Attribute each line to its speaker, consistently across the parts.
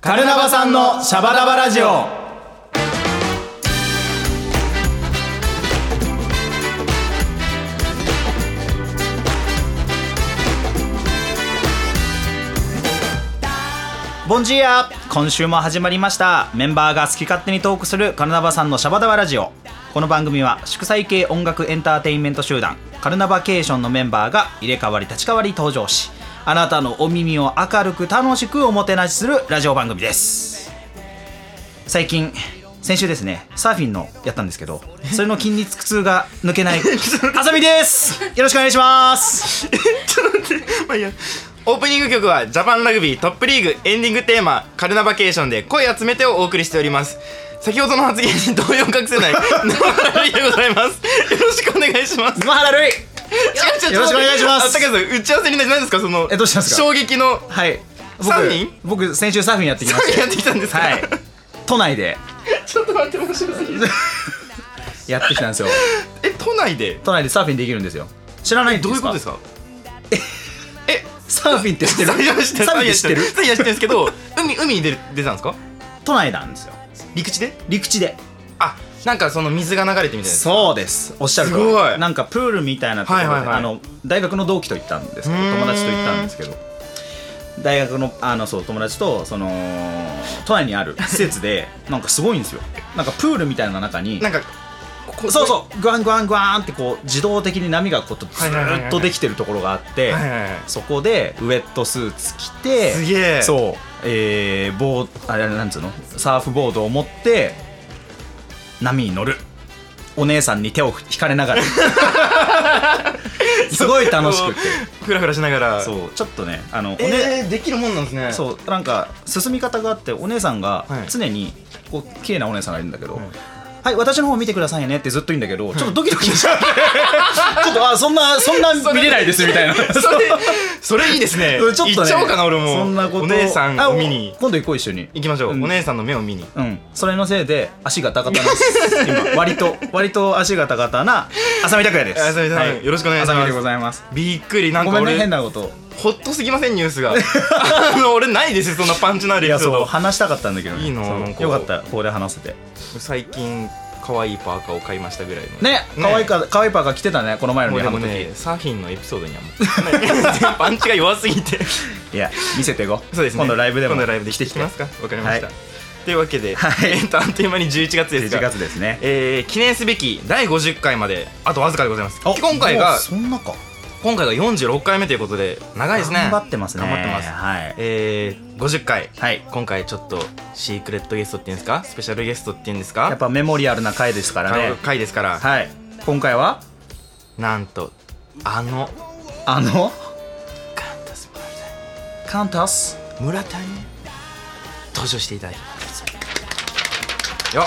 Speaker 1: カルナバさんのシャバダバラジオボンジーア今週も始まりましたメンバーが好き勝手にトークするカルナバさんのシャバダバラジオこの番組は祝祭系音楽エンターテインメント集団カルナバケーションのメンバーが入れ替わり立ち替わり登場しあなたのお耳を明るく楽しくおもてなしするラジオ番組です最近先週ですねサーフィンのやったんですけどそれの筋肉痛が抜けない あさみですよろしくお願いします
Speaker 2: ちょっと待って、まあ、いいや。オープニング曲はジャパンラグビートップリーグエンディングテーマ「カルナバケーション」で声集めてをお送りしております先ほどの発言に動揺を隠 せない生ラリーでございますよろしくお願いします
Speaker 1: 沼原るい
Speaker 2: 違う違う
Speaker 1: よろしくお願いします
Speaker 2: あったけど打ち合わせにな何ですかその
Speaker 1: えどうしたんですか
Speaker 2: 衝撃の
Speaker 1: はい僕
Speaker 2: サーフィン
Speaker 1: 僕先週サーフィンやってきました
Speaker 2: やってきたんですか、
Speaker 1: はい都内で
Speaker 2: ちょっと待って面白すぎる
Speaker 1: やってきたんですよ
Speaker 2: え都内で
Speaker 1: 都内でサーフィンできるんですよ知らないん
Speaker 2: どういうことです
Speaker 1: か
Speaker 2: か
Speaker 1: サーフィンって知ってる
Speaker 2: サイヤ知ってる
Speaker 1: サーフィンって知ってる
Speaker 2: サイヤ知ってるんですけど海海に出る出たんですか
Speaker 1: 都内なんですよ
Speaker 2: 陸地で
Speaker 1: 陸地で
Speaker 2: あなんかその水が流れてみたいな
Speaker 1: そうですおっしゃる通
Speaker 2: すご
Speaker 1: り
Speaker 2: い
Speaker 1: なんかプールみたいなところで、
Speaker 2: はいはいはい
Speaker 1: あの大学の同期と行ったんですけど
Speaker 2: うーん
Speaker 1: 友達と行ったんですけど大学のあのそう友達とその都内にある施設でなんかすごいんですよなんかプールみたいな中に
Speaker 2: なんかここ
Speaker 1: そうそうグワングワングワンってこう自動的に波がこうず
Speaker 2: はいはいはいはい
Speaker 1: ーっとできてるところがあって
Speaker 2: はいはいはい
Speaker 1: そこでウェットスーツ着て
Speaker 2: すげえ
Speaker 1: そうえー、ボーあれなんつうのサーフボードを持って波に乗るお姉さんに手を引かれな がらすごい楽しくて
Speaker 2: ふらふらしながら
Speaker 1: そうちょっとねあのおね、
Speaker 2: えー、できるもんなんですねう
Speaker 1: そうなんか進み方があってお姉さんが
Speaker 2: はい
Speaker 1: 常にこう綺麗なお姉さんがいるんだけど、は
Speaker 2: はいい、
Speaker 1: 私の方見てくださいねってずっと言うんだけど、ちょっとドキドキしちゃって ちょっとあそんなそんな見れないですみたいな
Speaker 2: それ それいいですね
Speaker 1: ちょっとね
Speaker 2: 行っちゃおうかな俺も
Speaker 1: そんなこと
Speaker 2: お姉さん
Speaker 1: あ
Speaker 2: を見に
Speaker 1: お今度行こう一緒に
Speaker 2: 行きましょう、
Speaker 1: ん
Speaker 2: お姉さんの目を見に
Speaker 1: うん、それのせいで足がタ カタなんです。今割と割と足がタカタな浅見拓也です。
Speaker 2: 浅見拓也よろしくお願いします
Speaker 1: 浅見でございます。
Speaker 2: びっくりなん
Speaker 1: ご
Speaker 2: か
Speaker 1: めん
Speaker 2: 俺
Speaker 1: ね変なこと。
Speaker 2: ホッとすぎませんニュー スがあの俺ないですよそんなパンチのある
Speaker 1: い
Speaker 2: エ
Speaker 1: や
Speaker 2: ピソー
Speaker 1: そう
Speaker 2: ド
Speaker 1: 話したかったんだけどね。
Speaker 2: いいの
Speaker 1: そう
Speaker 2: なんか
Speaker 1: よかったここで話せて。
Speaker 2: 最近可愛いパーカーを買いましたぐらいの
Speaker 1: ね可愛いか可愛いパーが来てたねこの前の
Speaker 2: もう
Speaker 1: リ
Speaker 2: で
Speaker 1: ハの
Speaker 2: も
Speaker 1: 時。
Speaker 2: ねサーフィンのエピソードにはもう 全然パンチが弱す ぎて
Speaker 1: いや見せていこう。
Speaker 2: そうですね
Speaker 1: 今度ライブでも
Speaker 2: 今度ライブで来てき
Speaker 1: て
Speaker 2: ますかわかりました、
Speaker 1: はい
Speaker 2: というわけで、
Speaker 1: はい
Speaker 2: えっとあっという間に11月です
Speaker 1: 11
Speaker 2: が
Speaker 1: 月ですね。
Speaker 2: えー記念すべき第50回まであとわずかでございます
Speaker 1: お
Speaker 2: 今回
Speaker 1: も
Speaker 2: が
Speaker 1: うそんなか。
Speaker 2: 今回が46回目ということで長いですね
Speaker 1: 頑張ってますね。
Speaker 2: 頑張ってます
Speaker 1: はい。
Speaker 2: えー、50回
Speaker 1: はい。
Speaker 2: 今回ちょっとシークレットゲストっていうんですかスペシャルゲストっていうんです
Speaker 1: やっ
Speaker 2: か
Speaker 1: ぱメモリアルな回ですからね。
Speaker 2: 回ですから、
Speaker 1: はい。今回は
Speaker 2: なんとあの
Speaker 1: あの
Speaker 2: カンタス
Speaker 1: カンタス。
Speaker 2: 村田に登場していただきますよっ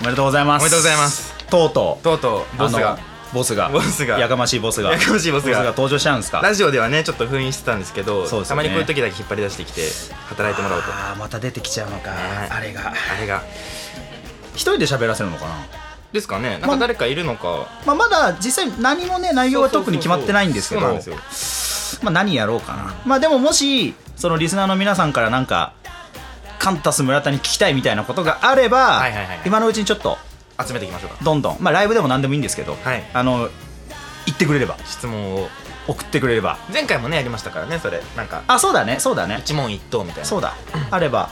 Speaker 1: おめでとうございます
Speaker 2: おめでとうございます
Speaker 1: とうとう
Speaker 2: とうとうボス
Speaker 1: あ
Speaker 2: が
Speaker 1: のボスが
Speaker 2: ボスが
Speaker 1: やかましいボスが
Speaker 2: やかましいボスが
Speaker 1: 登場しちゃうんですか
Speaker 2: ラジオではねちょっと封印してたんですけど
Speaker 1: そうですよね
Speaker 2: たまにこういう時だけ引っ張り出してきて働いてもらおうとあ
Speaker 1: あーまた出てきちゃうのか、
Speaker 2: ね
Speaker 1: あれが
Speaker 2: れが
Speaker 1: 一人で喋らせるのかな、
Speaker 2: ですかねなんか誰かいるのか
Speaker 1: まあ、まだ実際何もね内容は特に決まってないんですけど
Speaker 2: そうなんですよ
Speaker 1: まあ、何やろうかなまあでももしそのリスナーの皆さんからなんかカンタス村田に聞きたいみたいなことがあれば、
Speaker 2: はいはいはい
Speaker 1: 今のうちにちょっと
Speaker 2: 集めていきましょうか
Speaker 1: どんどん、まあ、ライブでも何でもいいんですけど、
Speaker 2: はい
Speaker 1: あの言ってくれれば
Speaker 2: 質問を
Speaker 1: 送ってくれれば
Speaker 2: 前回もねやりましたからねそれなんか
Speaker 1: あそうだねそうだね
Speaker 2: 一問一答みたいな
Speaker 1: そうだ、あれば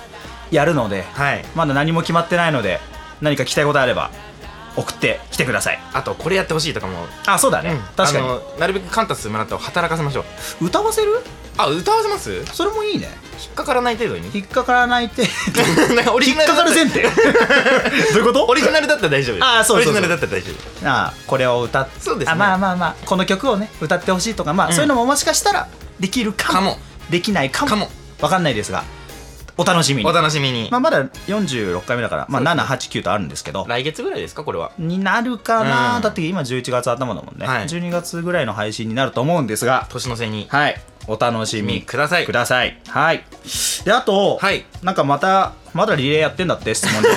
Speaker 1: やるので、
Speaker 2: はい
Speaker 1: まだ何も決まってないので、何か聞きたいことあれば、送ってきてください。
Speaker 2: あとこれやってほしいとかも、
Speaker 1: あ、そうだね、
Speaker 2: うん
Speaker 1: 確か
Speaker 2: あ
Speaker 1: に。
Speaker 2: のなるべくカンタス村田を働かせましょう
Speaker 1: 歌わせる
Speaker 2: あ歌わせます引
Speaker 1: それもいいね。
Speaker 2: っかからない程度に
Speaker 1: 引っかからないって、
Speaker 2: なんかオリ
Speaker 1: 引
Speaker 2: ジ
Speaker 1: っ
Speaker 2: ナル
Speaker 1: か
Speaker 2: だ
Speaker 1: か
Speaker 2: った
Speaker 1: る前提。どういうこ
Speaker 2: オ
Speaker 1: と
Speaker 2: リジナルだったら大丈夫です
Speaker 1: あそうそうそう
Speaker 2: オリジナルだったら大丈夫です
Speaker 1: あこれを歌っ
Speaker 2: そうですね
Speaker 1: あまあまあまあ、この曲をね、歌ってほしいとか、まあ、
Speaker 2: うん
Speaker 1: そういうのももしかしたらできるかも。
Speaker 2: かも
Speaker 1: できないかも。
Speaker 2: かも
Speaker 1: わかんないですが、お楽しみに。
Speaker 2: お楽しみに、
Speaker 1: まあ、まだ46回目だから、まあ、7、8、9とあるんですけど、
Speaker 2: 来月ぐらいですかこれは
Speaker 1: になるかな、
Speaker 2: うん
Speaker 1: だって今11月頭だもんね、
Speaker 2: はい
Speaker 1: 12月ぐらいの配信になると思うんですが
Speaker 2: 年の瀬に
Speaker 1: はいお楽しみ
Speaker 2: 見ください
Speaker 1: くださいはいであと、
Speaker 2: はい
Speaker 1: なんかまたまだリレーやってんだって質 問で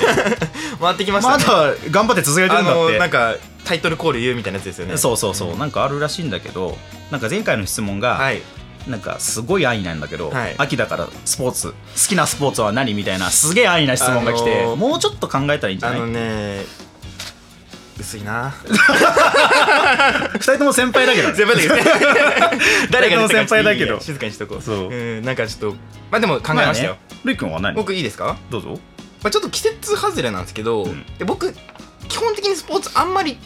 Speaker 2: 回ってきました
Speaker 1: ま
Speaker 2: ね
Speaker 1: だ頑張って続けて
Speaker 2: あ
Speaker 1: るんだっ
Speaker 2: の
Speaker 1: て
Speaker 2: なんかタイトルコール言うみたいなやつですよね
Speaker 1: そうそうそう、なんかあるらしいんだけどなんか前回の質問が、
Speaker 2: はい
Speaker 1: なんかすごい安易なんだけど、
Speaker 2: はい
Speaker 1: 秋だからスポーツ好きなスポーツは何みたいなすげえ安易な質問が来て、
Speaker 2: あのー
Speaker 1: もうちょっと考えたらいいんじゃ
Speaker 2: あ
Speaker 1: ない
Speaker 2: のね薄いな
Speaker 1: 二人とも先輩だけ どね
Speaker 2: 先輩だけど誰が出たかちょっと
Speaker 1: 先輩だけど
Speaker 2: いいや静かにしとこう
Speaker 1: そうん
Speaker 2: なんかちょっとまあでも考えましたよ、
Speaker 1: あね、るいくんは何
Speaker 2: 僕いいですか、
Speaker 1: どうぞ
Speaker 2: まあ、ちょっと季節外れなんですけど、
Speaker 1: ん
Speaker 2: で僕基本的にスポーツあんまり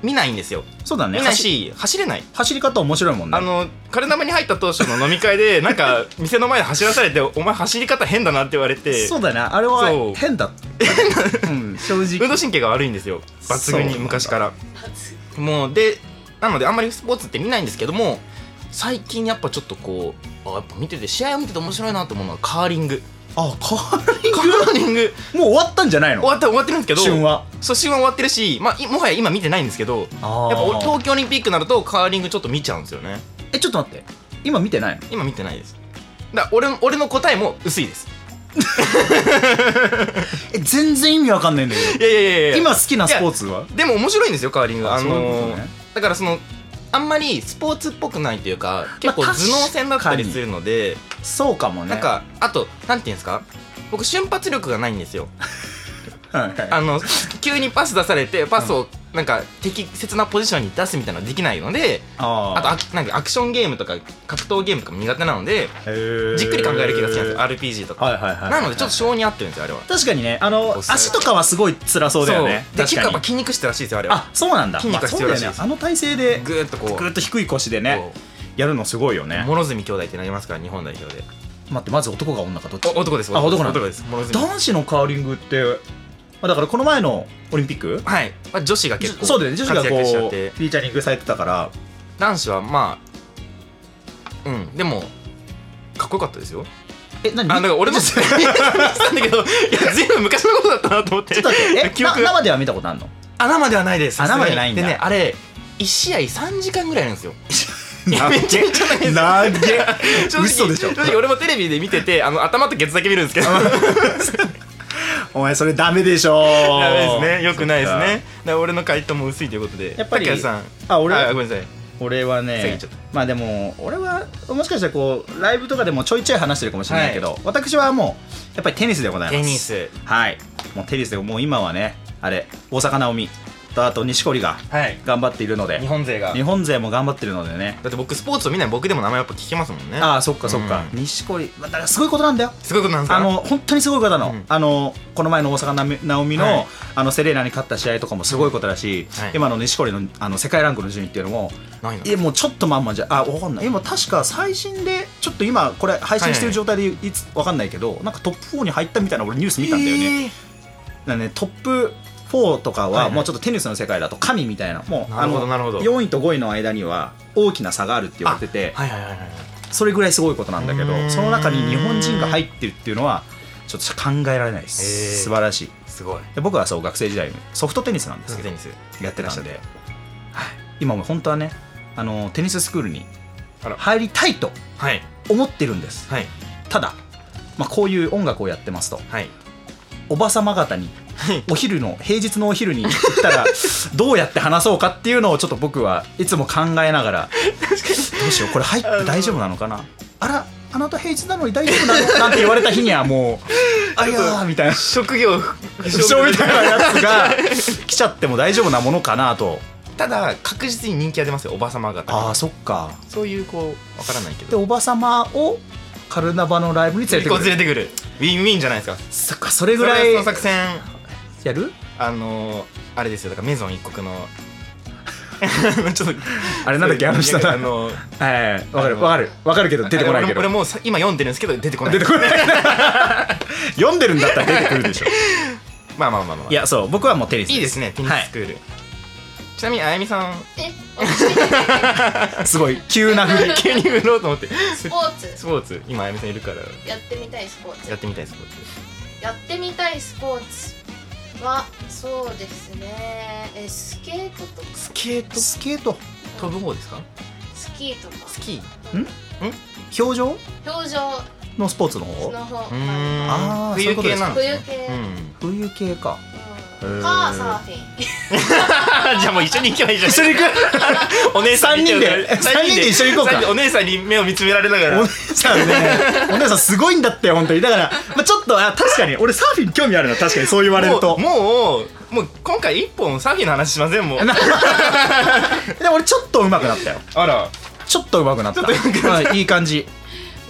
Speaker 2: 見ないんですよ、
Speaker 1: そうだね
Speaker 2: 見ない
Speaker 1: 走
Speaker 2: し走れない
Speaker 1: 走り方面白いもんね
Speaker 2: あのカルナバに入った当初の飲み会でなんか店の前で走らされて「お前走り方変だな」って言われ て
Speaker 1: そうだねあれ
Speaker 2: そ
Speaker 1: は
Speaker 2: う
Speaker 1: 変だ うん正
Speaker 2: 運
Speaker 1: 直
Speaker 2: 動神経が悪いんですよ抜群
Speaker 1: そ
Speaker 2: に
Speaker 1: う
Speaker 2: 昔からもうでなのであんまりスポーツって見ないんですけども最近やっぱちょっとこうあやっぱ見てて試合を見てて面白いなと思うのはカーリング
Speaker 1: あカーリン
Speaker 2: カーリング
Speaker 1: グもう終わったんじゃない
Speaker 2: 終
Speaker 1: の
Speaker 2: わった終わってるんですけど
Speaker 1: 旬は
Speaker 2: そう旬は終わってるし、まあ、いもはや今見てないんですけどやっ
Speaker 1: あ
Speaker 2: ぱお
Speaker 1: ー
Speaker 2: 東京オリンピックになるとカーリングちょっと見ちゃうんですよね
Speaker 1: えちょっと待って今見てないの
Speaker 2: 今見てないですだ俺の俺の答えも薄いです
Speaker 1: え全然意味わかんないんだけ
Speaker 2: いやいやいやいや
Speaker 1: ど今好きなスポーツは
Speaker 2: でも面白いんですよカーリング
Speaker 1: あ
Speaker 2: あ
Speaker 1: そういうこ
Speaker 2: の
Speaker 1: とね
Speaker 2: だからそのあんまりスポーツっぽくないというか結構
Speaker 1: ま
Speaker 2: 頭
Speaker 1: あ
Speaker 2: 脳戦だった
Speaker 1: 確か
Speaker 2: り
Speaker 1: に
Speaker 2: するので、
Speaker 1: そうかもね
Speaker 2: なんかあとなんていうんですか僕瞬発力がないんですよ
Speaker 1: はいはい
Speaker 2: あ の急にパス出されてパスをなんか適切なポジションに出すみたいなのができないので
Speaker 1: あ
Speaker 2: あと
Speaker 1: あ
Speaker 2: アクなんかアクションゲームとか格闘ゲームとかも苦手なので
Speaker 1: と
Speaker 2: じっくり考える気が好きなんですよ
Speaker 1: は
Speaker 2: RPG とか、
Speaker 1: いはいはい
Speaker 2: なのでちょっと性に合ってるんですよあれは
Speaker 1: 確かにねあの
Speaker 2: そうそう
Speaker 1: 足とかはすごい辛そうだよね
Speaker 2: で
Speaker 1: 確
Speaker 2: 結
Speaker 1: か
Speaker 2: 構
Speaker 1: に
Speaker 2: やっぱ筋肉質らしいですよあれは
Speaker 1: あそうなんだ
Speaker 2: 筋肉が必要らしい
Speaker 1: ま
Speaker 2: で
Speaker 1: あ
Speaker 2: す
Speaker 1: そうだよねあの体勢で
Speaker 2: ぐーっとこう
Speaker 1: ぐーっと低い腰でね
Speaker 2: こ
Speaker 1: やるのすごいよ
Speaker 2: う
Speaker 1: ね
Speaker 2: 諸角兄弟ってなりますから日本代表で
Speaker 1: 待ってまず男か女かどっち
Speaker 2: お男です
Speaker 1: あ男なんだ
Speaker 2: 男です諸角
Speaker 1: 男子のカーリングってまあだからこの前のオリンピック
Speaker 2: はい、まあ、女子が結構
Speaker 1: そうだよね女子がこ
Speaker 2: 活躍しちゃっ
Speaker 1: うフ
Speaker 2: て
Speaker 1: ィーチャリングされてたから
Speaker 2: 男子はまあうんでもかっこよかったですよ
Speaker 1: え何
Speaker 2: あなんか俺も見
Speaker 1: ちょ
Speaker 2: たんだけどいや全部昔のことだったなと思って
Speaker 1: っと待ってえ
Speaker 2: 記
Speaker 1: な
Speaker 2: 憶
Speaker 1: 生では見たことあるの
Speaker 2: あ生ではないです
Speaker 1: あ生でないんだ
Speaker 2: でねあれ1試合3時間ぐらいなんですよ いやめちゃめちゃ長いです
Speaker 1: なげ
Speaker 2: 正直
Speaker 1: 嘘でしょ
Speaker 2: 正直俺もテレビで見ててあの頭とケツだけ見るんですけどダ
Speaker 1: お前それダメでしょ
Speaker 2: メですねよくないですねだから俺の回答も薄いということで
Speaker 1: やっぱり
Speaker 2: 拓也さん
Speaker 1: あ俺
Speaker 2: あごめんなさい
Speaker 1: 俺は
Speaker 2: 下げ
Speaker 1: ね
Speaker 2: ちゃった
Speaker 1: まあでも俺はもしかしたらこうライブとかでもちょいちょい話してるかもしれないけど、私はもうやっぱりテニスでございます
Speaker 2: テニス
Speaker 1: はいもうテニスでもう今はねあれ大坂なおみとあと錦織が
Speaker 2: はい
Speaker 1: 頑張っているので
Speaker 2: 日本勢が
Speaker 1: 日本勢も頑張ってるのでね
Speaker 2: だって僕スポーツを見ない僕でも名前やっぱ聞きますもんね
Speaker 1: ああそっかそっか
Speaker 2: う
Speaker 1: 錦織、まあだからすごいことなんだよ
Speaker 2: すごいことなんですか
Speaker 1: あの本当にすごいことなの,、
Speaker 2: うん
Speaker 1: あのこの前の大阪なみなおみの,、
Speaker 2: はい
Speaker 1: あのセレーナに勝った試合とかもすごいことだし、
Speaker 2: はい
Speaker 1: 今の錦織のあの世界ランクの順位っていうのも
Speaker 2: ないの
Speaker 1: いやもうちょっとまんまじゃあわかんない今確か最新でちょっと今これ配信してる状態でいつわかんないけどなんかトップ4に入ったみたいな俺ニュース見たんだよね、
Speaker 2: えー
Speaker 1: だからねトップ4とか
Speaker 2: はい
Speaker 1: は
Speaker 2: はい
Speaker 1: もうちょっとテニスの世界だと神みたいなもう
Speaker 2: なるほどなるほど
Speaker 1: 4位と5位の間には大きな差があるって言われてて
Speaker 2: はいはいはいはい
Speaker 1: それぐらいすごいことなんだけ
Speaker 2: うー
Speaker 1: ど
Speaker 2: ん
Speaker 1: その中に日本人が入ってるっていうのはちょっと考えられないで
Speaker 2: へ
Speaker 1: す
Speaker 2: ー
Speaker 1: 素晴らしい
Speaker 2: すごい
Speaker 1: で僕はそう学生時代にソフトテニスなんですけ
Speaker 2: テ
Speaker 1: ど
Speaker 2: ニス
Speaker 1: やってらっしゃっ
Speaker 2: や
Speaker 1: て今も本当はねあのテニススクールに
Speaker 2: あら
Speaker 1: 入りたいと
Speaker 2: はい
Speaker 1: 思ってるんです
Speaker 2: はい
Speaker 1: ただ、まあ、こういう音楽をやってますと
Speaker 2: はい
Speaker 1: おばさま方に
Speaker 2: はい
Speaker 1: お昼の平日のお昼に行ったらどうやって話そうかっていうのをちょっと僕はいつも考えながらどうしようこれ入って大丈夫なのかなあらあなた平日なのに大丈夫なのなんて言われた日にはもうあいやーみたいな
Speaker 2: 職業不
Speaker 1: 不詳みたいなやつが来ちゃっても大丈夫なものかなと
Speaker 2: ただ確実に人気は出ますよおばさま方
Speaker 1: ああそっか
Speaker 2: そういうこうわからないけ
Speaker 1: で
Speaker 2: ど
Speaker 1: おばさまをカルナバのライブに連れて
Speaker 2: 結構
Speaker 1: く
Speaker 2: 連
Speaker 1: る
Speaker 2: れてくるウィンウィンじゃないですか
Speaker 1: そっかそれ
Speaker 2: そ
Speaker 1: ぐ
Speaker 2: れ
Speaker 1: らい
Speaker 2: その作戦
Speaker 1: やる
Speaker 2: あのーあれですよだからメゾン一国の ちょっと
Speaker 1: あれなんだっけあの人
Speaker 2: あのー
Speaker 1: はいはいわかるわかるわかるけど出てこないけど
Speaker 2: あれ俺も俺もうさ今読んでるんですけど出てこない
Speaker 1: 出てこない読んでるんだったら出てくるでしょ
Speaker 2: まあまあまあまあ
Speaker 1: いやそう僕はもうテニス
Speaker 2: いいですねテニススクール、ちなみにあやみさん
Speaker 3: え、私、
Speaker 1: すごい急な振り
Speaker 2: 急に振ろうと思って
Speaker 3: スポーツ
Speaker 2: スポーツ今あやみさんいるから
Speaker 3: やってみたいスポーツ
Speaker 2: や。ってみたいスポーツ
Speaker 3: やってみたいスポーツは、そうですね。え、スケートとか、
Speaker 2: スケート
Speaker 1: スケート
Speaker 2: 飛ぶ方ですか
Speaker 3: スキーとか、
Speaker 2: スキー
Speaker 1: 表情
Speaker 3: 表情
Speaker 1: のスポーツの方
Speaker 3: の方、
Speaker 2: うーん
Speaker 1: あーそうい
Speaker 2: 冬
Speaker 1: うことで
Speaker 2: 系
Speaker 1: す
Speaker 2: な
Speaker 1: か
Speaker 2: の
Speaker 3: 冬系、
Speaker 2: う
Speaker 3: う
Speaker 2: ん
Speaker 3: ん
Speaker 1: 冬系か
Speaker 3: かサーフィン
Speaker 2: じゃあもう一緒に行けばいいじゃん
Speaker 1: 一緒に行く
Speaker 2: お姉さんに
Speaker 1: 三人で三人で一緒に行こうか
Speaker 2: 三人お姉さんに目を見つめられなが
Speaker 1: お
Speaker 2: ら
Speaker 1: 姉さん ねお姉さんすごいんだって本当にだから、まあ、ちょっとあ確かに俺サーフィン興味あるな確かにそう言われると
Speaker 2: もうもうもう今回一本サーフィンの話しませんもう
Speaker 1: でも俺ちょっと上手くなったよ
Speaker 2: あら
Speaker 1: ちょっと上手くなった
Speaker 2: ちょっと上手くな
Speaker 1: うんいい感じ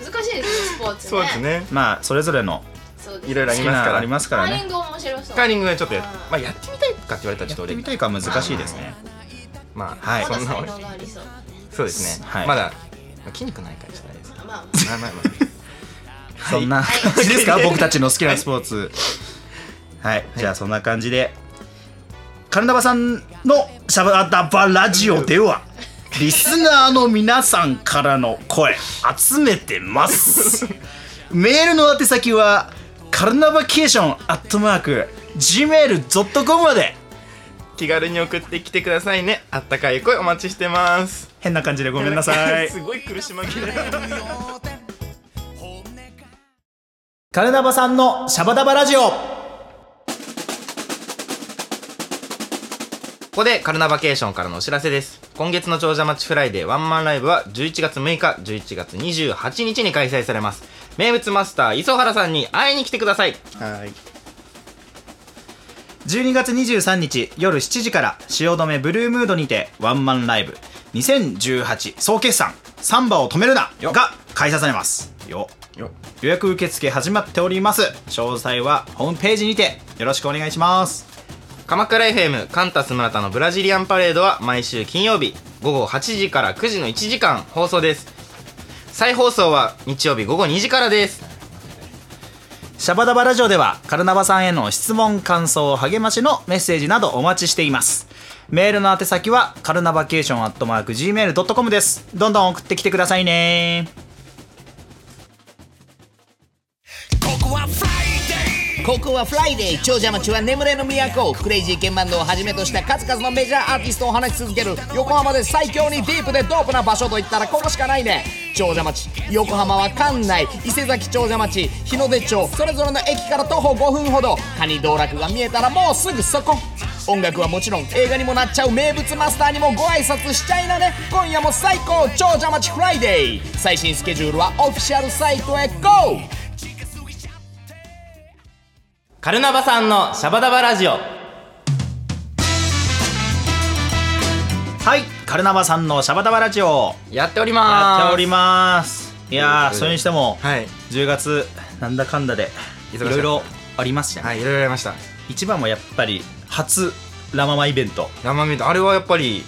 Speaker 3: 難しいですねスポーツね
Speaker 2: そうですね
Speaker 1: まあそれぞれの
Speaker 3: そうです
Speaker 2: いろいろあ
Speaker 1: 好
Speaker 2: り
Speaker 1: き
Speaker 2: ますか
Speaker 1: な
Speaker 2: ら
Speaker 1: ありますか
Speaker 3: カ
Speaker 1: ら
Speaker 3: ーリ
Speaker 1: ね
Speaker 3: ング面白そう
Speaker 2: カーリングはちょっとや,、
Speaker 3: うん
Speaker 2: まあ、やってみたいかって言われたらち
Speaker 1: やっ
Speaker 2: ょっと俺
Speaker 1: てみたいかは難しいですね
Speaker 2: まあ、
Speaker 1: はい
Speaker 3: まだ
Speaker 2: そんな
Speaker 3: 才
Speaker 2: 俺
Speaker 3: 能がありそう
Speaker 2: そうですね、
Speaker 1: はい
Speaker 2: まだまあ筋肉ないからじゃないです ま
Speaker 3: まあ
Speaker 2: あまあまあ
Speaker 1: そんな
Speaker 3: はい
Speaker 1: 感じ ですか
Speaker 2: はい
Speaker 1: 僕たちの好きなスポーツはいじゃあそんな感じでカルナバさんのシャバダバラジオで はリスナーの皆さんからの声集めて ますメールの宛先はカルナバケーションアットマーク gmail.com まで
Speaker 2: 気軽に送ってきてくださいねあったかい声お待ちしてます
Speaker 1: 変な感じでごめんなさい
Speaker 2: すごい苦し紛れ
Speaker 1: カルナバさんのシャバダバラジオ
Speaker 2: ここでカルナバケーションからのお知らせです。今月の長者町フライデーワンマンライブは11月6日、11月28日に開催されます。名物マスター、磯原さんに会いに来てください。
Speaker 1: はい12月23日夜7時から汐留ブルームードにてワンマンライブ2018総決算サンバを止めるなが開催されますよ
Speaker 2: よ
Speaker 1: 予約受付始まっております詳細はホームページにてよろしくお願いします
Speaker 2: 鎌倉 FM カンタス村田のブラジリアンパレードは毎週金曜日午後8時から9時の1時間放送です。再放送は日曜日午後2時からです。
Speaker 1: シャバダバラジオではカルナバさんへの質問感想励ましのメッセージなどお待ちしていますメールの宛先はカルナバケーションアットマーク Gmail.com ですどんどん送ってきてくださいね
Speaker 4: ここはフライデー長者町は眠れの都クレイジーケンバンドをはじめとした数々のメジャーアーティストを話し続ける横浜で最強にディープでドープな場所といったらここしかないね長者町横浜は館内伊勢崎長者町日の出町それぞれの駅から徒歩5分ほどカニ道楽が見えたらもうすぐそこ音楽はもちろん映画にもなっちゃう名物マスターにもご挨拶しちゃいなね今夜も最高長者町フライデー最新スケジュールはオフィシャルサイトへ GO!
Speaker 2: カルナバさんのシャバダバラジオ。
Speaker 1: はいカルナバさんのシャバダバラジオ
Speaker 2: やっておりまーす。
Speaker 1: やっておりますいやーそれにしても、
Speaker 2: はい。
Speaker 1: 10月なんだかんだでい
Speaker 2: 忙しかった
Speaker 1: ろいろありましたね、
Speaker 2: はい、いろいろやりました。
Speaker 1: 一番もやっぱり初ラママイベント
Speaker 2: 生身と、あれはやっぱり、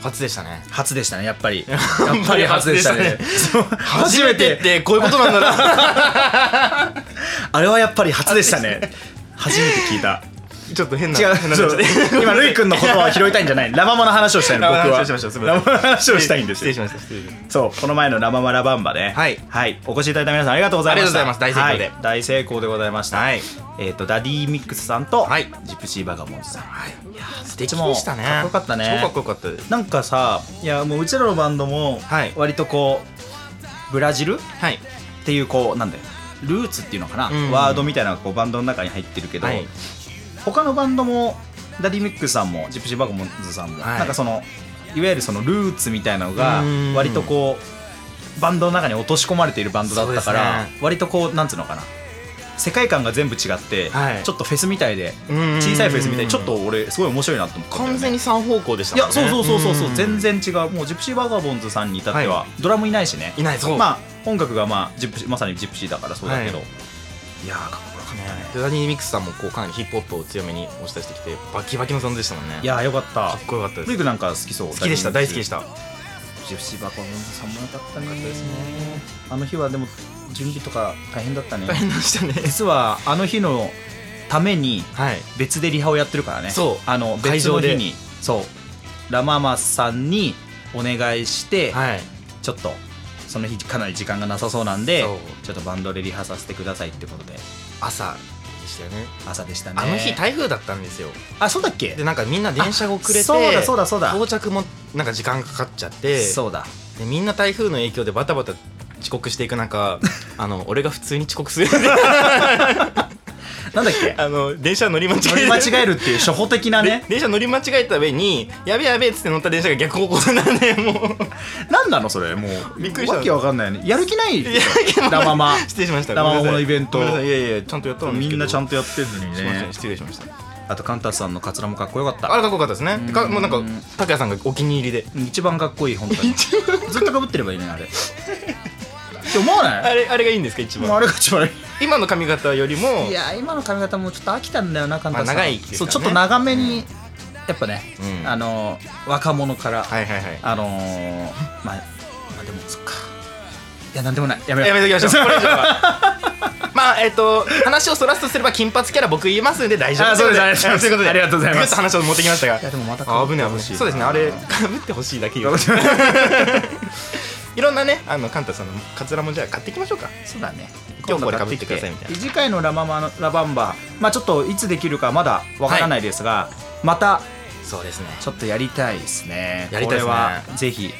Speaker 2: 初でしたね。
Speaker 1: 初でしたねやっぱ りや
Speaker 2: っぱり初でしたね
Speaker 1: そう初めて
Speaker 2: てこういうことなんだな。
Speaker 1: あれはやっぱり初でした ね初めて聞いた
Speaker 2: ちょっと変な
Speaker 1: 違う
Speaker 2: 変な話
Speaker 1: そう今ルイ君の言 葉を拾いたいんじゃないラママの話をしたいの
Speaker 2: ラ
Speaker 1: 僕
Speaker 2: マ
Speaker 1: は
Speaker 2: の話をしましょうすいません
Speaker 1: ラママの話をしたいんです
Speaker 2: 失礼
Speaker 1: よ
Speaker 2: しました失礼しまし
Speaker 1: そうこの前のラママラバンバね
Speaker 2: はい
Speaker 1: お越しいただいた皆さんありがとうございました
Speaker 2: ありがとうございます大成功で
Speaker 1: はい大成功でございました
Speaker 2: たはい
Speaker 1: えっとダディミックスさんと
Speaker 2: はい
Speaker 1: ジプシーバガモンズさん
Speaker 2: いや素敵
Speaker 1: も
Speaker 2: でしたね
Speaker 1: かっこよかったね
Speaker 2: 超かっこよかったです
Speaker 1: なんかさいやもううちらのバンドも
Speaker 2: はい
Speaker 1: 割とこうブラジルっ
Speaker 2: はい
Speaker 1: ていうこうなんだよルーツっていうのかな
Speaker 2: うん
Speaker 1: ワードみたいなのがこうバンドの中に入ってるけど
Speaker 2: はい
Speaker 1: 他のバンドもダディミックスさんもジプシーバガモンズさんも
Speaker 2: はい
Speaker 1: なんかそのいわゆるそのルーツみたいなのが
Speaker 2: うん
Speaker 1: 割とこうバンドの中に落とし込まれているバンドだったから
Speaker 2: そうですね
Speaker 1: 割とこうなんつうのかな世界観が全部違って
Speaker 2: はい
Speaker 1: ちょっとフェスみたいで
Speaker 2: うん
Speaker 1: 小さいフェスみたいでちょっと俺すごい面白いなと思ったんだよね
Speaker 2: 完全に三方向でした
Speaker 1: い
Speaker 2: もん
Speaker 1: や
Speaker 2: ね
Speaker 1: そうそうそうそうそうん全然違うもうジプシーバガボンズさんに至っては、
Speaker 2: は
Speaker 1: ドラムいないしね
Speaker 2: いないそう
Speaker 1: まあ音楽がまあジプシーまさにジプシーだからそうだけど、い、やーかっこよかったね
Speaker 2: ダニーミックスさんもこうかなりヒップホップを強めに押し出してきてバキバキのサンドでしたもんね
Speaker 1: いやーよかった
Speaker 2: かっこよかったで
Speaker 1: ルイ
Speaker 2: す
Speaker 1: クなんか好きそう
Speaker 2: 好きでした大好きでした
Speaker 1: ジプシーバガボンズさんもよかったねあの日はでも準備とか大変だったね
Speaker 2: 大変でしたね
Speaker 1: 実はあの日のために
Speaker 2: はい
Speaker 1: 別でリハをやってるからね
Speaker 2: そう
Speaker 1: あの
Speaker 2: 会
Speaker 1: 別の
Speaker 2: 場で
Speaker 1: 日にそうラ・ママさんにお願いして、
Speaker 2: はい
Speaker 1: ちょっとその日かなり時間がなさそうなんで
Speaker 2: そう
Speaker 1: ちょっとバンドでリハさせてくださいってことで
Speaker 2: 朝でしたよね
Speaker 1: 朝でしたね
Speaker 2: あの日台風だったんですよ
Speaker 1: あそうだっけ
Speaker 2: でなんかみんな電車が遅れて
Speaker 1: あそうだそうだそうだ
Speaker 2: 到着もなんか時間かかっちゃって
Speaker 1: そうだ
Speaker 2: でみんな台風の影響でバタバ タ遅刻していく中あの俺が普通に遅刻する
Speaker 1: なんだっけ
Speaker 2: あの電車乗り間違え
Speaker 1: 乗り間違えるっていう初歩的な ね
Speaker 2: で電車乗り間違えた上にやべやべっつって乗った電車が逆方向なんでもう
Speaker 1: なんなのそれもう
Speaker 2: びっくりした
Speaker 1: わけわかんないねやる気ないだまま
Speaker 2: 失礼しました
Speaker 1: 生ものイベント
Speaker 2: ごめんなさいいやいやちゃんとやったの
Speaker 1: みんなちゃん
Speaker 2: と
Speaker 1: とやってるのに
Speaker 2: すいませ
Speaker 1: ね
Speaker 2: ん失礼しました
Speaker 1: あとカンタさんのカツラもかっこよかった
Speaker 2: あれかっこよかったですねかもうなんか拓也さんがお気に入りで
Speaker 1: 一番かっこいい本当 にずっとかぶってればいいねあれって思わ
Speaker 2: あ
Speaker 1: ない
Speaker 2: れあれがいいんですか一
Speaker 1: もう
Speaker 2: 番
Speaker 1: あれが一番い
Speaker 2: 今の髪型よりも
Speaker 1: いいや今の髪型もちょっと飽きたんだよなカンタさん、
Speaker 2: まあ長いですからね
Speaker 1: そうちょっと長めに、やっぱね、
Speaker 2: うん
Speaker 1: あの若者から、
Speaker 2: はいはいはい
Speaker 1: あのー、まあまあでもそっかいやなんでもないやめよう
Speaker 2: やめときま しょうこれ以上はまあえっ、と話をそらすとすれば金髪キャラ僕言いますんで大丈夫
Speaker 1: あそうです
Speaker 2: といこと
Speaker 1: ありがとうございますありがとう
Speaker 2: ということで
Speaker 1: ございます
Speaker 2: ぐっと話を持ってきましたが
Speaker 1: いやでもまた
Speaker 2: あ危ない
Speaker 1: 被ってほ
Speaker 2: 危ない
Speaker 1: しいな
Speaker 2: そうですねあれかぶってほしいだ け言う
Speaker 1: そう
Speaker 2: いろんなねあのカンタさんのカツラもじゃあ買っていきましょうか
Speaker 1: だね
Speaker 2: 今日これ被ってくださいみたいな
Speaker 1: 次回のラママのラバンバまあちょっといつできるかまだわからないですが、また
Speaker 2: そうですね
Speaker 1: ちょっとやりたいですね
Speaker 2: やりたいです
Speaker 1: こ
Speaker 2: ね
Speaker 1: れはぜひ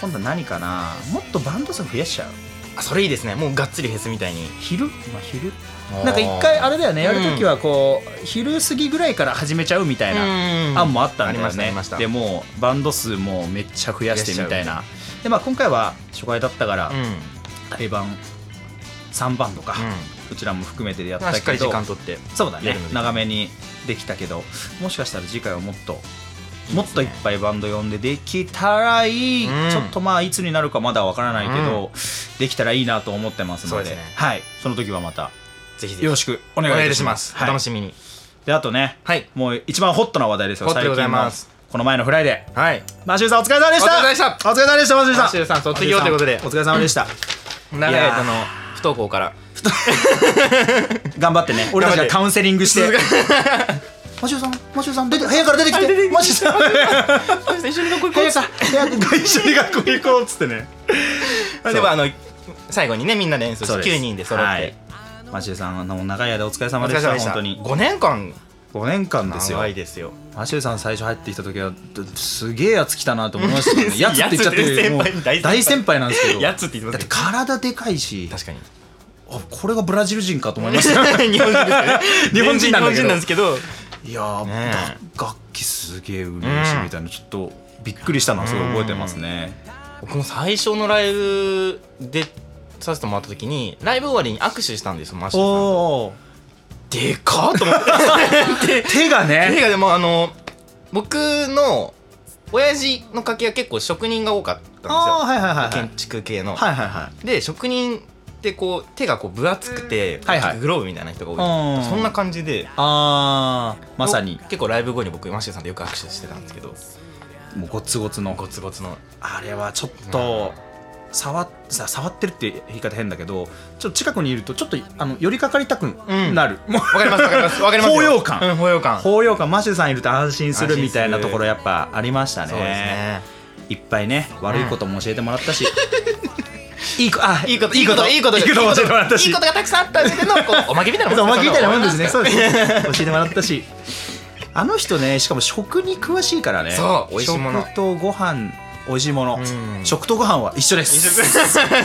Speaker 1: 今度は何かなもっとバンド数増やしちゃう
Speaker 2: あそれいいですねもうがっつりフェスみたいに
Speaker 1: 昼、まあ、昼
Speaker 2: あー
Speaker 1: なんか一回あれだよねやるとき
Speaker 2: うん
Speaker 1: はこう、昼過ぎぐらいから始めちゃうみたい
Speaker 2: うん
Speaker 1: な案もあったんだ
Speaker 2: あ
Speaker 1: よ
Speaker 2: りましたあ
Speaker 1: ね
Speaker 2: りました
Speaker 1: でもうバンド数もめっちゃ増やしてみたいなでまあ今回は初回だったから
Speaker 2: うん、うん、
Speaker 1: 定番3バンドか、どちらも含めてでやっ
Speaker 2: ま
Speaker 1: た
Speaker 2: あしっ
Speaker 1: け
Speaker 2: かり時
Speaker 1: ど
Speaker 2: 間取って
Speaker 1: そうだね
Speaker 2: 夜の時間
Speaker 1: 長めにできたけどもしかしたら次回はもっともっといっぱいバンド呼んでできたらいい、
Speaker 2: うん
Speaker 1: ちょっとまあいつになるかまだわからないけど、できたらいいなと思ってます
Speaker 2: そ
Speaker 1: の
Speaker 2: う
Speaker 1: で
Speaker 2: ですね
Speaker 1: はい、その時はまた
Speaker 2: ぜひぜひ
Speaker 1: よろしくお
Speaker 2: お
Speaker 1: 願いい
Speaker 2: 願
Speaker 1: た
Speaker 2: い
Speaker 1: し
Speaker 2: し
Speaker 1: ま
Speaker 2: ますすお楽しみに
Speaker 1: であとね、
Speaker 2: はい
Speaker 1: もう一番ホットな話題ですよ
Speaker 2: ホットでございます
Speaker 1: 最近のこの前の「フライデー
Speaker 2: はい」
Speaker 1: マシューさんお疲れ様でした
Speaker 2: お疲れ様でした
Speaker 1: お疲れ様でしたマシューさん
Speaker 2: マシューさん卒業ということで
Speaker 1: お疲れ様でした、
Speaker 2: 長い間の不登校から
Speaker 1: 頑張ってね俺たちがカウンセリングして マシューさんマシューさん出て部屋から出てきてマシューさん
Speaker 2: 一緒に学校
Speaker 1: 部屋から 部屋から一緒に学校行こうっつってね
Speaker 2: ではあの最後にねみんなで演奏して
Speaker 1: そうです
Speaker 2: 9人で揃って、
Speaker 1: はいマシューさんあの長い間お疲れ様
Speaker 2: お疲
Speaker 1: で
Speaker 2: れ
Speaker 1: し
Speaker 2: 様
Speaker 1: た
Speaker 2: でした
Speaker 1: 本当に
Speaker 2: 5年間
Speaker 1: 5年間ですよ
Speaker 2: 長いですよ
Speaker 1: マシューさん最初入ってきた時はどすげえやつ来たなと思いま したけどねやつって言っちゃって
Speaker 2: やつって
Speaker 1: もう
Speaker 2: 先輩
Speaker 1: 大先輩なんですけど
Speaker 2: やつって言っ
Speaker 1: だっ
Speaker 2: てま
Speaker 1: て
Speaker 2: すけど
Speaker 1: 体でかいし
Speaker 2: 確かに
Speaker 1: あこれがブラジル人かと思いました
Speaker 2: 日本人ですよね
Speaker 1: 日本人なんだけど
Speaker 2: 日本ですけど
Speaker 1: いやー、
Speaker 2: ね
Speaker 1: だ楽器すげえうめえしみたいなちょっとびっくりしたのはすごい覚えてますね
Speaker 2: 僕も最初のライブでさせてもらった時にライブ終わりに握手したんですよマシューさん
Speaker 1: おお
Speaker 2: でかっ と思って
Speaker 1: 手が
Speaker 2: 映
Speaker 1: ね
Speaker 2: 画でもあの僕の親父の家系は結構職人が多かったんですよ、
Speaker 1: ああはいはいはいはい
Speaker 2: 建築系の、
Speaker 1: はいはいはい
Speaker 2: で職人ってこう手がこう分厚くて、
Speaker 1: はいはい
Speaker 2: グローブみたいな人が多い、
Speaker 1: うん
Speaker 2: そんな感じで
Speaker 1: あーまさに
Speaker 2: 結構ライブ後に僕マシューさんとよく握手してたんですけど
Speaker 1: もうゴツゴツの
Speaker 2: ゴツゴツの
Speaker 1: あれはちょっと触っさ触ってるって言い方変だけどちょっと近くにいるとちょっとあの寄りかかりたくなる、もう
Speaker 2: わかりますわかりますわかります
Speaker 1: 高
Speaker 2: よ
Speaker 1: 揚感
Speaker 2: うん、高揚感
Speaker 1: 高揚感マシューさんいると安心するみたいな
Speaker 2: 安心する
Speaker 1: ところやっぱありましたね
Speaker 2: そうですね
Speaker 1: いっぱいね悪いことも教えてもらったし、いいこあ
Speaker 2: いいこといいこといいこと
Speaker 1: いいことも教えてもらったし
Speaker 2: いいことがたくさんあった上でのこうおまけみたいなもん
Speaker 1: おまけみたいなもん ですね
Speaker 2: そ
Speaker 1: そううですね教えてもらったしあの人ねしかも食に詳しいからね
Speaker 2: そう美味しいもの
Speaker 1: 食とご飯美味しいもの
Speaker 2: ん
Speaker 1: 食とご飯は一緒です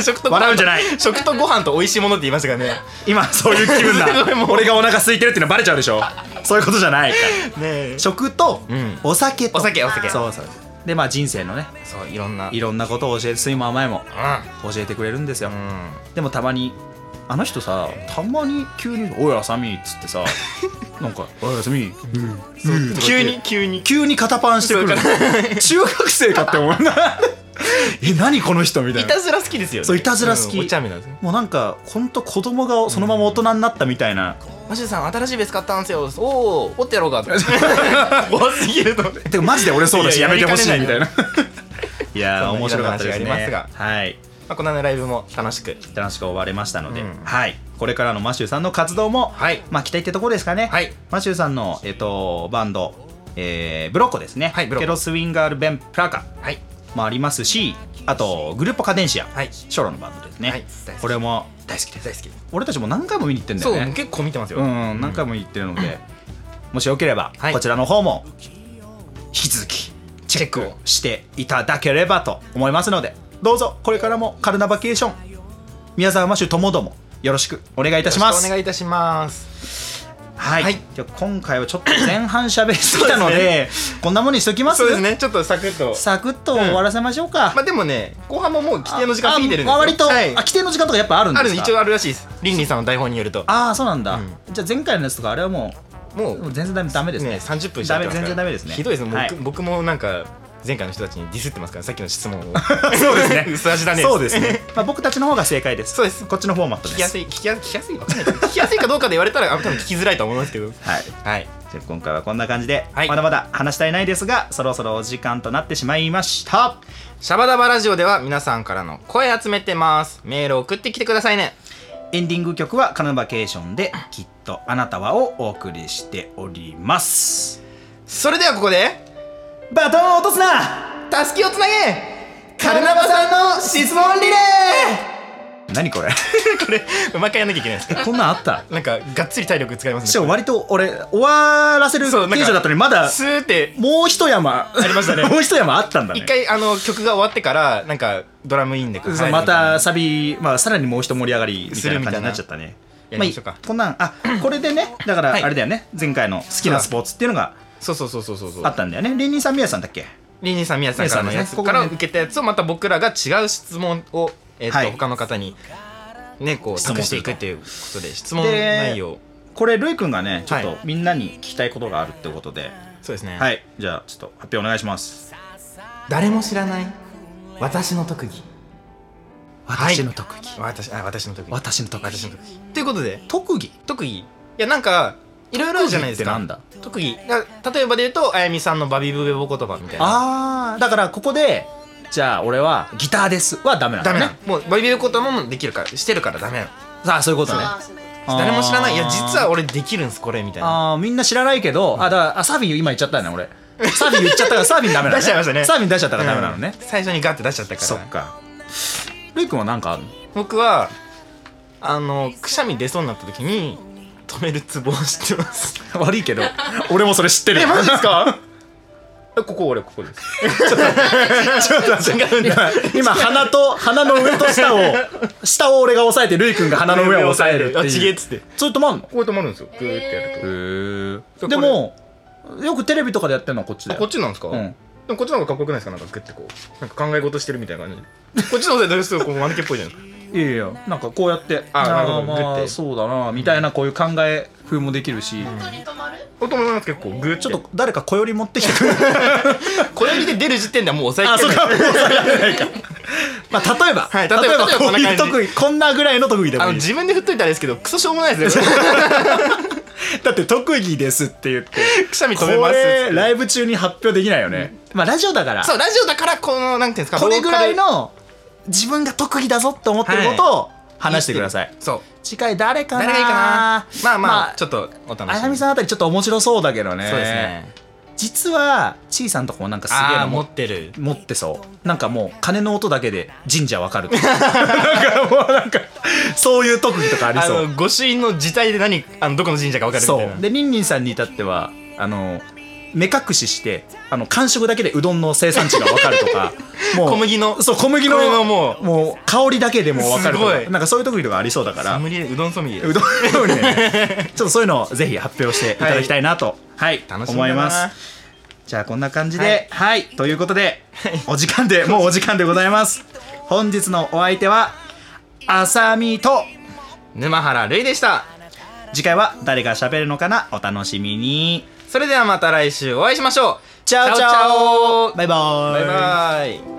Speaker 2: 食とご飯
Speaker 1: 笑うんじゃない
Speaker 2: 食とご飯と美味しいものって言いましたからね
Speaker 1: 今そういう気分だ
Speaker 2: すごいもう
Speaker 1: 俺がお腹空いてるっていうのバレちゃうでしょそういうことじゃないから
Speaker 2: ねえ
Speaker 1: 食と
Speaker 2: うん
Speaker 1: お酒と
Speaker 2: お酒お酒
Speaker 1: そうそうでまあ人生のね
Speaker 2: そういろんない
Speaker 1: ろんなことを教えて酸いも甘いも
Speaker 2: う
Speaker 1: 教えてくれるんですよ、
Speaker 2: んうん
Speaker 1: でもたまにあの人さたまに急に「おいあさみ」っつって さなんか「おいあさみ」うん
Speaker 2: 急に急に
Speaker 1: 急に肩パンしてくるの 中学生かって思うな え何この人みたい
Speaker 2: い
Speaker 1: な
Speaker 2: たずら好きですよね
Speaker 1: そういたずら好き
Speaker 2: うんお茶目なんですよ
Speaker 1: もうなんかほんと子供がそのまま大人になったみたいな、
Speaker 2: マシューさん新しいベース買ったんすよおお折ってやろうか と多すぎると
Speaker 1: てかマジで俺そうだし
Speaker 2: い
Speaker 1: や
Speaker 2: や
Speaker 1: め
Speaker 2: い
Speaker 1: て
Speaker 2: や
Speaker 1: ほしい
Speaker 2: やり
Speaker 1: み
Speaker 2: か
Speaker 1: た
Speaker 2: ね
Speaker 1: いな いやー
Speaker 2: そんな
Speaker 1: 面白かったですね
Speaker 2: いろんな話があります
Speaker 1: はい
Speaker 2: まあこの間のライブも楽しく
Speaker 1: 楽しく終われましたので、
Speaker 2: うん
Speaker 1: はいこれからのマシューさんの活動も、
Speaker 2: はい
Speaker 1: まあ期待ってところですかね、
Speaker 2: はい
Speaker 1: マシューさんの、えっとバンド、えーブロッコですね、
Speaker 2: はいブロッ
Speaker 1: ケ
Speaker 2: コ
Speaker 1: ロスウィンガール・ベン・プラカ
Speaker 2: はい
Speaker 1: もありますしあとグループカデンシア、
Speaker 2: はい
Speaker 1: ショロのバンドですね、
Speaker 2: はい大好き
Speaker 1: これも大好きです
Speaker 2: 大好き
Speaker 1: 俺たちも何回も見に行ってんだ
Speaker 2: そ
Speaker 1: よ
Speaker 2: う
Speaker 1: ね
Speaker 2: もう結構見てますよ
Speaker 1: うん、何回も言ってるので、もしよければ、
Speaker 2: はい
Speaker 1: こちらの方も引き続きチェックをしていただければと思いますのでどうぞこれからもカルナバケーション宮沢マシュともどもよろしくお願いいたしま
Speaker 2: よろ
Speaker 1: す
Speaker 2: くお願いいたします
Speaker 1: はい、
Speaker 2: はい
Speaker 1: じゃあ今回はちょっと前半喋りすぎたので
Speaker 2: そう
Speaker 1: こんなもんにしときます
Speaker 2: そうですねちょっとサクッと
Speaker 1: サクッと終わらせましょうか、
Speaker 2: まあでもね後半ももう規定の時間過ぎてるんで
Speaker 1: あ
Speaker 2: すよ
Speaker 1: あ割と、
Speaker 2: はい、
Speaker 1: あ規定の時間とかやっぱあるんで
Speaker 2: あ
Speaker 1: す
Speaker 2: る
Speaker 1: か
Speaker 2: 一応あるらしいですリンリンさんの台本によると
Speaker 1: ああそうなんだ、
Speaker 2: うん
Speaker 1: じゃあ前回のやつとかあれはも
Speaker 2: も
Speaker 1: うもう
Speaker 2: う
Speaker 1: 全然ダメダメですね
Speaker 2: ね30分しちゃってま
Speaker 1: ダメ
Speaker 2: すから
Speaker 1: 全然ダメですね
Speaker 2: ひどいですね僕,、
Speaker 1: はい
Speaker 2: 僕もなんか前回の人たちにディスってますからさっきの質問を
Speaker 1: そうですね
Speaker 2: 薄味だね
Speaker 1: そうですね、まあ、僕たちの方が正解です
Speaker 2: そうです
Speaker 1: こっちのフォーマットです
Speaker 2: 聞きやすい聞きや聞きやすいわかんないけど聞きやすいかどうかで言われたらあ多分聞きづらいと思いますけど
Speaker 1: はい
Speaker 2: はい
Speaker 1: じゃあ今回はこんな感じで、
Speaker 2: はい
Speaker 1: まだまだ話したいないですがそろそろお時間となってしまいました
Speaker 2: シャバダバラジオでは皆さんからの声集めてますメール送ってきてくださいね
Speaker 1: エンディング曲は「カナバケーション」で「きっとあなたは」をお送りしております
Speaker 2: それではここで
Speaker 1: バトンを落とすな
Speaker 2: たすきをつなげ カルナバさんの質問リレ
Speaker 1: 何これ
Speaker 2: ーこれ毎回やんなきゃいけないんです か
Speaker 1: こんなんあった
Speaker 2: なんかがっつり体力使いますね
Speaker 1: しかも割と俺終わらせる
Speaker 2: そうなんか
Speaker 1: テンションだったのにまだ
Speaker 2: スーって
Speaker 1: もう一山ありましたね もう一山あったんだね
Speaker 2: 一回あの曲が終わってからなんかドラムインで
Speaker 1: そうまたサビ、まあ、さらにもう一盛り上がりみたいな感じになっちゃったね
Speaker 2: するみたいなやりましょうか
Speaker 1: あいいこんなんあこれでねだから
Speaker 2: はい
Speaker 1: あれだよね前回の好きなスポーツっていうのが
Speaker 2: そうそうそうそうそうそ
Speaker 1: あ
Speaker 2: う
Speaker 1: ったんだよねリンリンさんミヤさんだっけ
Speaker 2: リンリンさん宮さんからのやつから受けたやつをまた僕らが違う質問を、えっと
Speaker 1: はい
Speaker 2: 他の方にねこう
Speaker 1: 質問
Speaker 2: 託してい
Speaker 1: す
Speaker 2: く
Speaker 1: ると
Speaker 2: っていうことで質問内容
Speaker 1: これルイくんがねちょっ
Speaker 2: は
Speaker 1: と
Speaker 2: い
Speaker 1: みんなに聞きたいことがあるってことで
Speaker 2: そうですね、
Speaker 1: はい、じゃあちょっと発表お願いします
Speaker 2: 誰も知らない私の特技はい
Speaker 1: 特技
Speaker 2: 私あ私の特技
Speaker 1: 私の特技
Speaker 2: 私の特技ということで
Speaker 1: 特技
Speaker 2: 特技いやなんかいろいろあるじゃないですか
Speaker 1: 特技って
Speaker 2: 特技だ例えばで言うとあやみさんのバビブベボ言葉みたいな
Speaker 1: あーだからここでじゃあ俺はギターですはダメなんだ
Speaker 2: ダ
Speaker 1: ね
Speaker 2: メなのもうバビブベこともできるからしてるからダメなの
Speaker 1: さあそういうことね
Speaker 3: ああそういうこ
Speaker 2: 誰も知らないいや
Speaker 1: あー
Speaker 2: 実は俺できるんすこれみたいな
Speaker 1: あーみんな知らないけど、あだからあサーフィン今言っちゃったよね俺サーフィン言っちゃった からサーフィンダメなの、
Speaker 2: 出しちゃいましたね
Speaker 1: サーフィン出しちゃったからダメなのね
Speaker 2: う、ん最初にガッて出しちゃったか
Speaker 1: そ
Speaker 2: ら
Speaker 1: っかルイ君は何かあるの
Speaker 2: 僕はあのくしゃみ出そうになった時に止めるツボを知ってます
Speaker 1: 悪いけど俺もそれ知ってる
Speaker 2: えマジです
Speaker 1: か
Speaker 2: えここ俺こ こです
Speaker 1: ちょっと待って
Speaker 2: 違うんだ
Speaker 1: 今今鼻と鼻の上と下 を下を俺が押さえてルイ君が鼻の上を押さえるって
Speaker 2: あちげ
Speaker 1: い
Speaker 2: えっ
Speaker 1: う
Speaker 2: つって
Speaker 1: それ止まんの
Speaker 2: こう止まるんですよグーってやると
Speaker 1: へ
Speaker 2: そ
Speaker 1: え
Speaker 2: う
Speaker 1: でもよくテレビとかでやってるのはこっちだ
Speaker 2: あ
Speaker 1: よ
Speaker 2: こっちなんですか、
Speaker 1: うん
Speaker 2: でもこっちの方がかっこよくないですかなんかグッてこうなんか考え事してるみたいな感じこっちの方がどうしてもこう間抜けっぽいじゃないですか
Speaker 1: いやいやなんかこうやって
Speaker 2: あなるほど
Speaker 1: ーま
Speaker 2: グッ
Speaker 1: あ
Speaker 2: て
Speaker 1: そうだなみたいなこういう考え風もできるし、
Speaker 3: と本当に止まる
Speaker 2: お友達結構グーって
Speaker 1: ち ょっと誰か小より持ってきてくれ
Speaker 2: 小指で出る時点ではもう押さえ
Speaker 1: あ、
Speaker 2: き
Speaker 1: そう
Speaker 2: れ
Speaker 1: か、
Speaker 2: ない
Speaker 1: もうそれやってないか。まあ、例えば、
Speaker 2: はい例
Speaker 1: 例
Speaker 2: え
Speaker 1: えば、
Speaker 2: ば例えば
Speaker 1: こうい
Speaker 2: こんな
Speaker 1: う
Speaker 2: 感じ
Speaker 1: 特技、こんなぐらいの特技で
Speaker 2: あ
Speaker 1: も
Speaker 2: の
Speaker 1: いい。
Speaker 2: 自分で振っといたらですけどクソしょうもないです ねこれ
Speaker 1: だって、特技ですって言って。
Speaker 2: くしゃみ
Speaker 1: こ
Speaker 2: 止めますっつって
Speaker 1: れ、ライブ中に発表できないよね。まあ、ラジオだから、
Speaker 2: そうラジオだからこのなんていうんですか
Speaker 1: これぐらいの自分が特技だぞって思ってることを話してください。
Speaker 2: そう
Speaker 1: 次回誰かな
Speaker 2: 誰がいいかなまあまあ、ちょっとお楽しみに
Speaker 1: あやみさんあたりちょっと面白そうだけどね。
Speaker 2: そうですね
Speaker 1: 実は、ちいさんとこもなんかすげえ
Speaker 2: ああ
Speaker 1: の
Speaker 2: 持
Speaker 1: 持っ
Speaker 2: ってる
Speaker 1: 持ってそうなんかもう鐘の音だけで神社わかるなんかもうなんかそういう特技とかあり
Speaker 2: あ
Speaker 1: そう
Speaker 2: の御朱印の字体で何あのどこの神社か分かるみたい
Speaker 1: そ
Speaker 2: な
Speaker 1: うでニンニンさんに至ってはあの目隠ししてあの感触だけでうどんの生産地がわかると かも
Speaker 2: 小麦の
Speaker 1: そう小麦の
Speaker 2: 小麦のもう
Speaker 1: 香りだけでもわかると
Speaker 2: すご
Speaker 1: か
Speaker 2: い
Speaker 1: なんかそういう特技とかありそうだから
Speaker 2: ソ
Speaker 1: う
Speaker 2: ムリエうどんソムリエ
Speaker 1: どんのように ねちょっとそういうのをぜひ発表していただきたいなと、はい
Speaker 2: 楽しみだ
Speaker 1: 思
Speaker 2: ない
Speaker 1: ますじゃあこんな感じではい、ということでお時間でもうお時間でございます本日のお相手はあさみと
Speaker 2: 沼原るいでした
Speaker 1: 次回は誰が喋るのかなお楽しみに
Speaker 2: それではまた来週お会いしましょう
Speaker 1: チャオチャオ
Speaker 2: チャオチャオ
Speaker 1: バイバーイ
Speaker 2: バイバイ